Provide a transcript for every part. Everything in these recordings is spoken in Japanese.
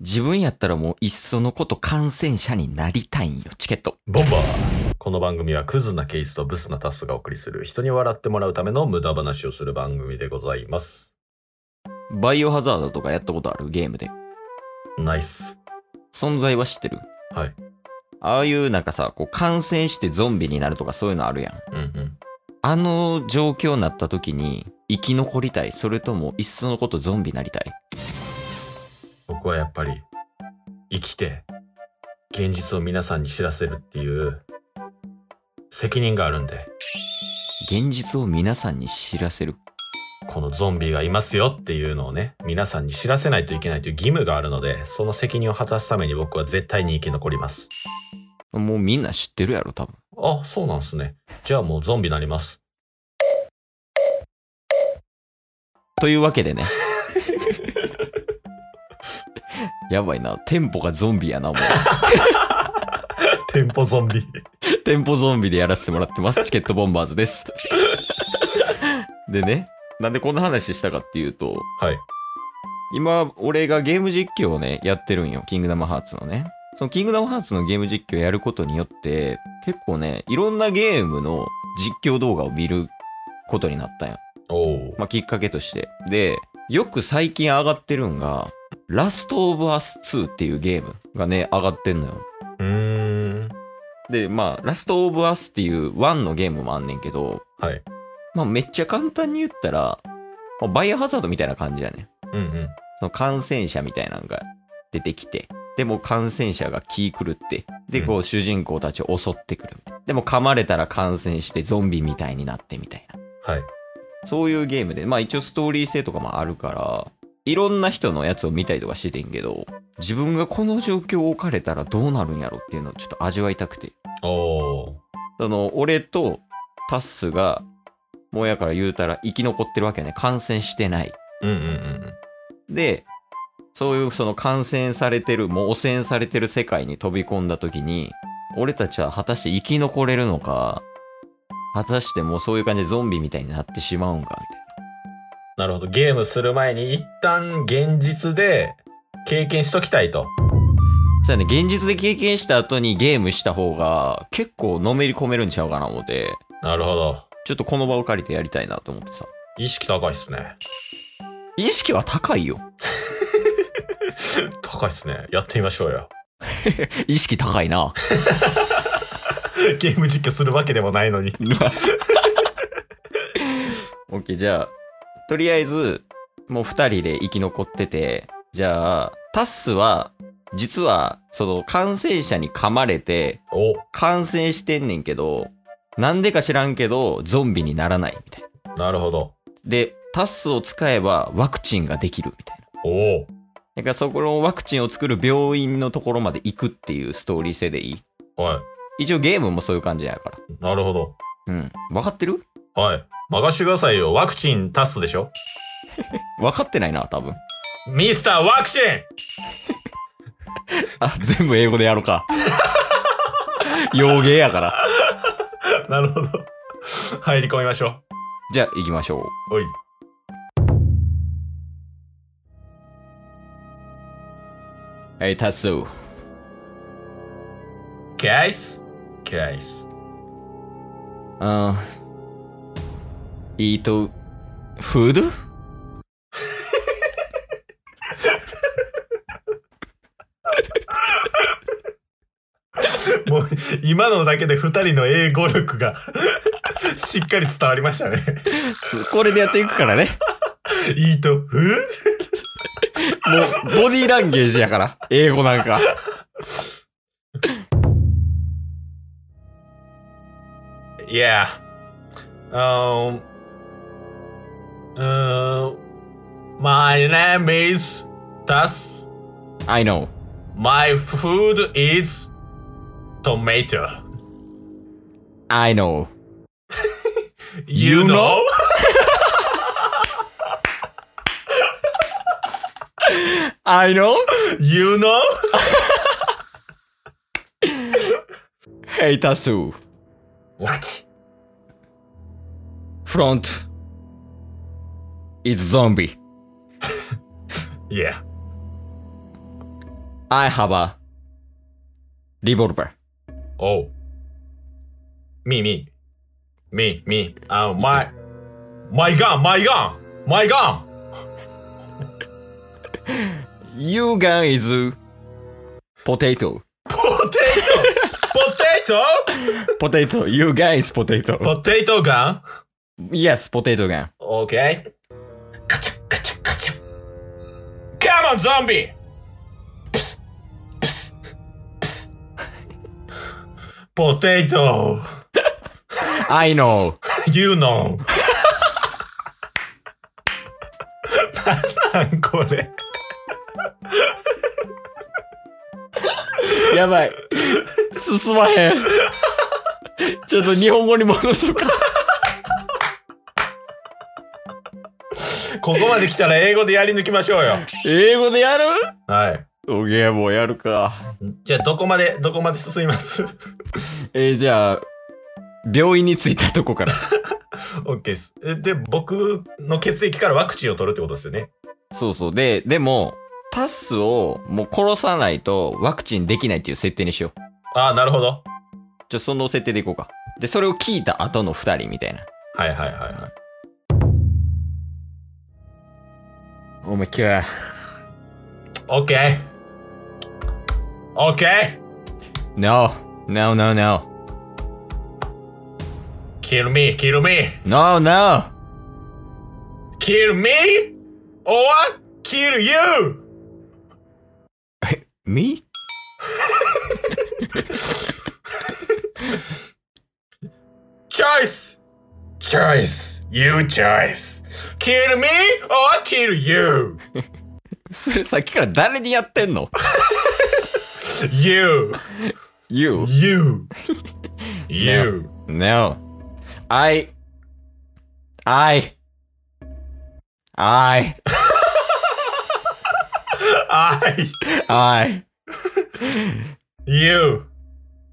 自分やったらもういっそのこと感染者になりたいんよ、チケット。ボンバーこの番組はクズなケースとブスなタスがお送りする人に笑ってもらうための無駄話をする番組でございます。バイオハザードとかやったことあるゲームで。ナイス。存在は知ってるはい。ああいうなんかさ、こう感染してゾンビになるとかそういうのあるやん。うんうん。あの状況になった時に生き残りたい。それともいっそのことゾンビになりたい。僕はやっぱり生きて現実を皆さんに知らせるっていう責任があるんで、現実を皆さんに知らせる。このゾンビがいますよっていうのをね、皆さんに知らせないといけないという義務があるので、その責任を果たすために僕は絶対に生き残ります。もうみんな知ってるやろ、多分。あ、そうなんすね。じゃあもうゾンビになります。というわけでね。やばいな。テンポがゾンビやな、もう。 テンポゾンビ。テンポゾンビでやらせてもらってます。チケットボンバーズです。でね、なんでこんな話したかっていうと、はい。今、俺がゲーム実況をね、やってるんよ。キングダムハーツのね。そのキングダムハーツのゲーム実況やることによって、結構ね、いろんなゲームの実況動画を見ることになったんよ。おお。まあ、きっかけとして。で、よく最近上がってるんが、ラストオブアス2っていうゲームがね、上がってんのよ。うーん。で、まあ、ラストオブアスっていう1のゲームもあんねんけど、はい。まあ、めっちゃ簡単に言ったら、まあバイオハザードみたいな感じやね。うんうん。その感染者みたいなのが出てきて、でも感染者が気狂って、で、こう主人公たちを襲ってくるみたいな。でも噛まれたら感染してゾンビみたいになってみたいな。はい。そういうゲームで、まあ一応ストーリー性とかもあるから、いろんな人のやつを見たりとかしててんけど、自分がこの状況を置かれたらどうなるんやろっていうのをちょっと味わいたくて。おお。その、俺とタッスが、もうやから言うたら生き残ってるわけよね。感染してない。うんうんうんで、そういうその感染されてる、もう汚染されてる世界に飛び込んだ時に、俺たちは果たして生き残れるのか、果たしてもうそういう感じでゾンビみたいになってしまうんか、みたいな。なるほど。ゲームする前に一旦現実で経験しときたいと。そうやね、現実で経験した後にゲームした方が結構のめり込めるんちゃうかな思って、なるほど。ちょっとこの場を借りてやりたいなと思ってさ。意識高いっすね。意識は高いよ。高いっすね。やってみましょうよ。 意識高いな。ゲーム実況するわけでもないのに。 オッケー、じゃあ、とりあえず、もう二人で生き残ってて、じゃあ、タッスは、実は、その、感染者に噛まれて、お、感染してんねんけど、なんでか知らんけど、ゾンビにならないみたいな。なるほど。で、タッスを使えばワクチンができるみたいな。おお。だからそこのワクチンを作る病院のところまで行くっていうストーリー性でいいは一応ゲームもそういう感じやから。い。なるほど。うん。分かってるはい。任してくださいよ。ワクチンタスでしょ分かってないな、多分。ミスターワクチン あ、全部英語でやろうか。 洋芸やから。なるほど。入り込みましょじゃあ行きましょう。う。おい。はい、タッスー。ケースケース。あー。イート、フードもう、今のだけで二人の英語 力が、しっかり伝わりましたね。これでやっていくからね。いいと、ふもう、ボディーランゲージやから。英語なんか。 Yeah. Um. Uh, my name is Das. I know. My food is tomato. I know. You, You know? know? あいの you know? ヘイタスフ What? ロント It's zombie Yeah. I have a revolver. Oh. Me, me. Me, me. Uh, my. My gun, my gun! My gun! You gun is potato. Potato! potato! Potato. You gun is potato. Potato gun? yes, potato gun. Okay. Kacha, kacha, kacha. Come on, zombie! Psst, psst, psst. Potato! I know. You know! なんなんこれやばい。進まへん。ちょっと日本語に戻そうか。ここまで来たら英語でやり抜きましょうよ英語でやるはいおげえ、もうやるか。じゃあどこまでどこまで進みますえー、じゃあ、病院に着いたとこから。 ?OK ですえで僕の血液からワクチンを取るってことですよねそうそう。で、でも、パスをもう殺さないとワクチンできないっていう設定にしよう。ああなるほどじゃあ、その設定でいこうか。で、それを聞いた後の二人みたいな。はいはいはいはいお前、今日、 OK OK No, no, no, no, kill me kill me no, no. kill me or kill you Me? チョイスチョイス You choice Kill me or kill you それさっきから誰にやってんの You ?You? You You No. I. I. I. I I. You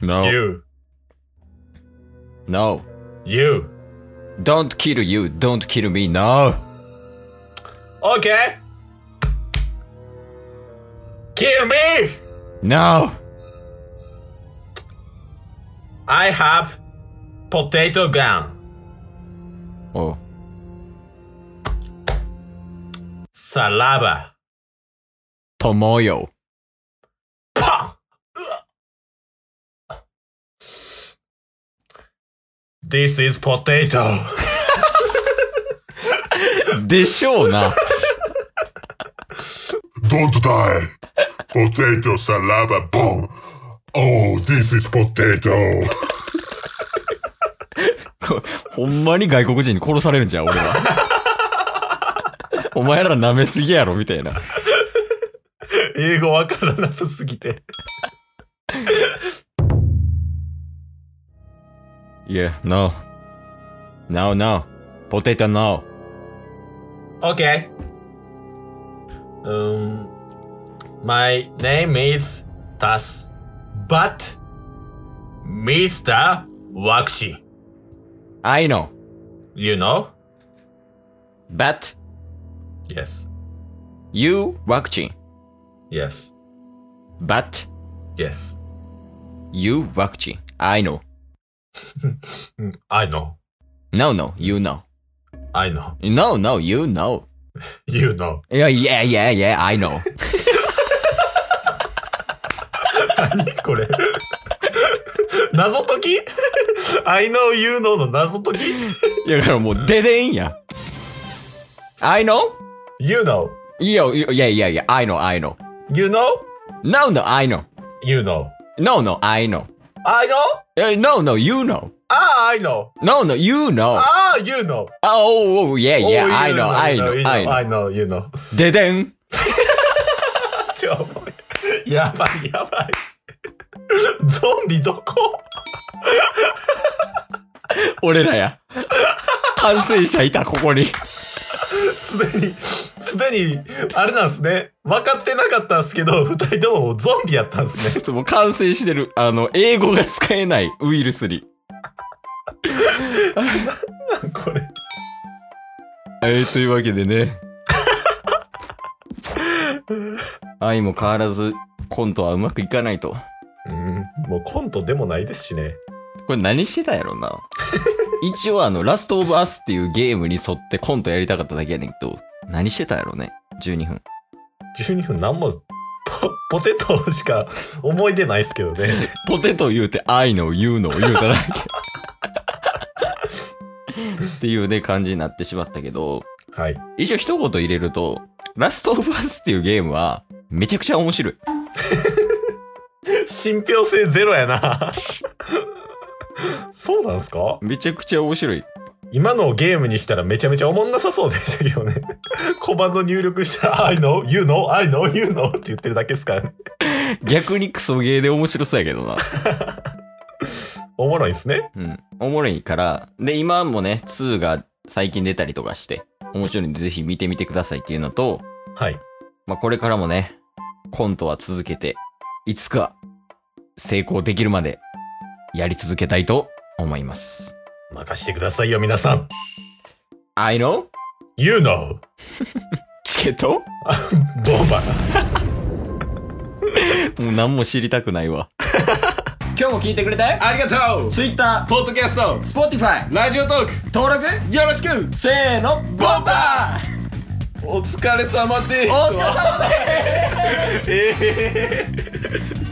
No. You No. You Don't kill you. Don't kill me. No. Okay Kill me No. I have potato gun おさらば友よ。パンうわ This is potato でしょうな。 Don't die! Potato salaba bomb! Oh, this is potato! こほんまに外国人に殺されるんじゃん、俺は。お前ら舐めすぎやろ、みたいな。英語わからなさすぎて Yeah, no. No, no. Potato, no. Okay. Um, my name is Tas, but Mr. Wakchi, I know. you know? But Yes, you vaccine. yes, But yes. you vaccine. I know. Mm, I know, No, no, you know. I know, No, no, you know. you know. Yeah, yeah, yeah, yeah, I know. 何 これ謎解き I know, you know の謎解きいや、だからもう、ででんや。I know? ?You know, いや、いやいやいや、I know, I know. you know, No, no, I know. you know. No, no, I know. I know, Eh, No, no, you know. ah, I know, No, no, you know. ah, you know. Oh, oh, yeah, yeah, Oh, you I know, I know, you I know. I know, you know. ででん。超重い。やばいやばい。ゾンビどこ俺らや。 感染者いた、ここに。 すでに、すでに、あれなんですね。分かってなかったんですけど、二人ともゾンビやったんですね。もう感染してる。あの、英語が使えないウイルスに。これ。えー、というわけでね。相も変わらずコントはうまくいかないと。うん、もうコントでもないですしね。これ何してたんやろな。一応あの、ラストオブアスっていうゲームに沿ってコントやりたかっただけやねんけど、何してたんやろね。12分。 12分何もポポテトしか思い出ないですけどね。ポテト言うて愛の言うのを言うただけ。っていうね、感じになってしまったけど、はい。一応一言入れると、ラストオブアスっていうゲームは、めちゃくちゃ面白い。信憑性ゼロやな。そうなんすかめちゃくちゃ面白い。今のをゲームにしたらめちゃめちゃおもんなさそうでしたけどね。コマンド入力したら、I know, you know, I know, you know って言ってるだけですからね。逆にクソゲーで面白そうやけどな。おもろいですね。うん。おもろいから。で、今もね、2が最近出たりとかして、面白いんでぜひ見てみてくださいっていうのと、はい。まあ、これからもね、コントは続けて、いつか成功できるまでやり続けたいと思います。任してくださいよ、皆さん。 I know? You know! チケットどうば もう何も知りたくないわ。 今日も聞いてくれてありがとう !Twitter、ポッドキャスト Spotify、ラジオトーク登録よろしくせーの、ボンバーお疲れ様ですお疲れ様ですええ